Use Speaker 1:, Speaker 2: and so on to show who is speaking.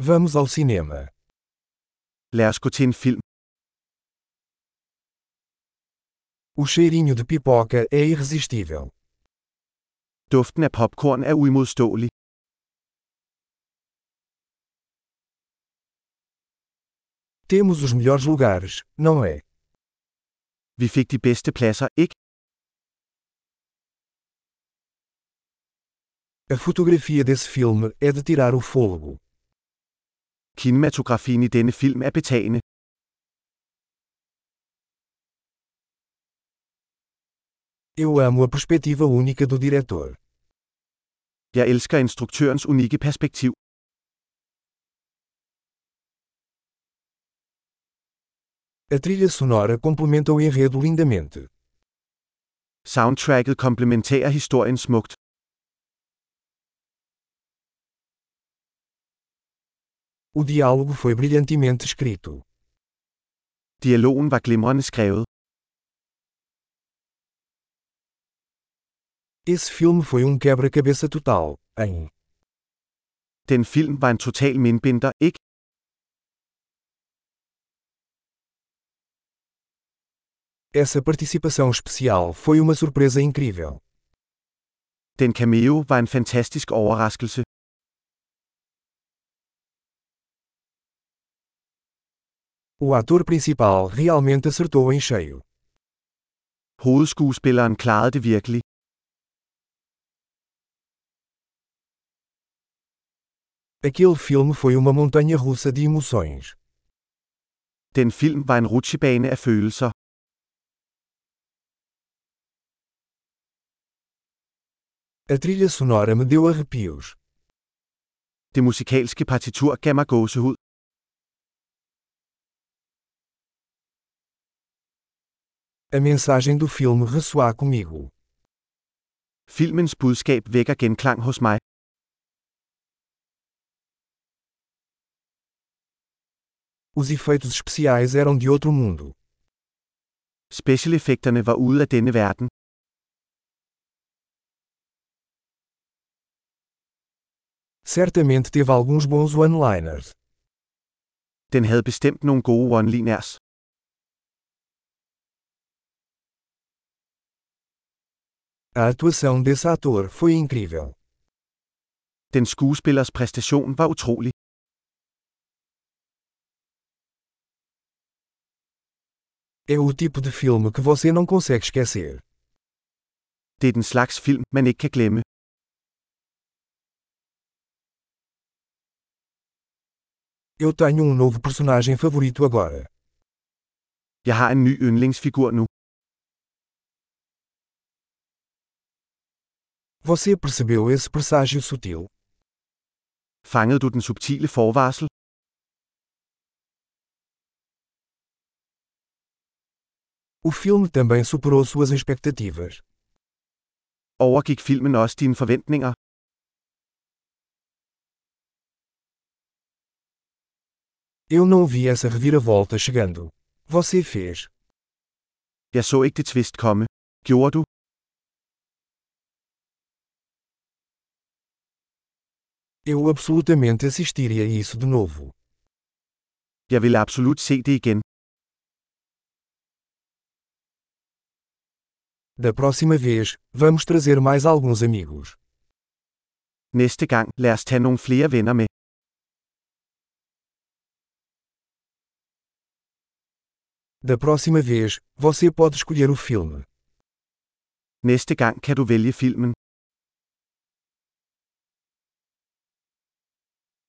Speaker 1: Vamos ao cinema.
Speaker 2: Lad os gå til en film.
Speaker 1: O cheirinho de pipoca é irresistível.
Speaker 2: Duften af popcorn er uimodståelig.
Speaker 1: Temos os melhores lugares, não é?
Speaker 2: Vi fik de bedste pladser, ikke?
Speaker 1: A fotografia desse filme é de tirar o fôlego.
Speaker 2: Kinematografien i denne film er betagende.
Speaker 1: Eu amo a perspectiva única do diretor.
Speaker 2: Jeg elsker instruktørens unikke perspektiv.
Speaker 1: A trilha sonora complementa o enredo lindamente.
Speaker 2: Soundtracket komplementerer historien smukt.
Speaker 1: O diálogo foi brilhantemente escrito.
Speaker 2: Dialogen var glimrende skrevet.
Speaker 1: Esse filme foi um quebra-cabeça total, em
Speaker 2: Den film var en total mindbinder, ikke?
Speaker 1: Essa participação especial foi uma surpresa incrível.
Speaker 2: Den cameo var en fantastisk overraskelse.
Speaker 1: O ator principal realmente acertou em cheio.
Speaker 2: Hovedskuespilleren klarede det virkelig.
Speaker 1: Aquele filme foi uma montanha russa de emoções.
Speaker 2: Den film var en rutsjebane af følelser.
Speaker 1: A trilha sonora me deu arrepios.
Speaker 2: Det musikalske partitur gav mig gåsehud.
Speaker 1: A mensagem do filme ressoar comigo.
Speaker 2: Filmens budskab vækker genklang hos mig.
Speaker 1: Os efeitos especiais eram de outro mundo.
Speaker 2: Specialeffekterne var ude af denne verden.
Speaker 1: Certamente teve alguns bons one-liners.
Speaker 2: Den havde bestemt nogle gode one-liners.
Speaker 1: A atuação desse ator foi incrível.
Speaker 2: Den skuespillers præstation var utrolig.
Speaker 1: É o tipo de filme que você não consegue esquecer.
Speaker 2: Det er den slags film, man ikke kan glemme.
Speaker 1: Eu tenho um novo personagem favorito agora.
Speaker 2: Jeg har en ny yndlingsfigur nu.
Speaker 1: Você percebeu esse presságio sutil?
Speaker 2: Fangede du den subtile forvarsel?
Speaker 1: O filme também superou suas expectativas.
Speaker 2: Overgik filmen også dine forventninger?
Speaker 1: Eu não vi essa reviravolta chegando. Você fez.
Speaker 2: Jeg så ikke det twist komme. Gjorde du?
Speaker 1: Eu absolutamente assistiria a isso de novo.
Speaker 2: Jeg vil absolut se det igen.
Speaker 1: Da próxima vez, vamos trazer mais alguns amigos.
Speaker 2: Næste gang, lad os tage nogle flere venner med.
Speaker 1: Da próxima vez, você pode escolher o filme.
Speaker 2: Næste gang kan du vælge filmen.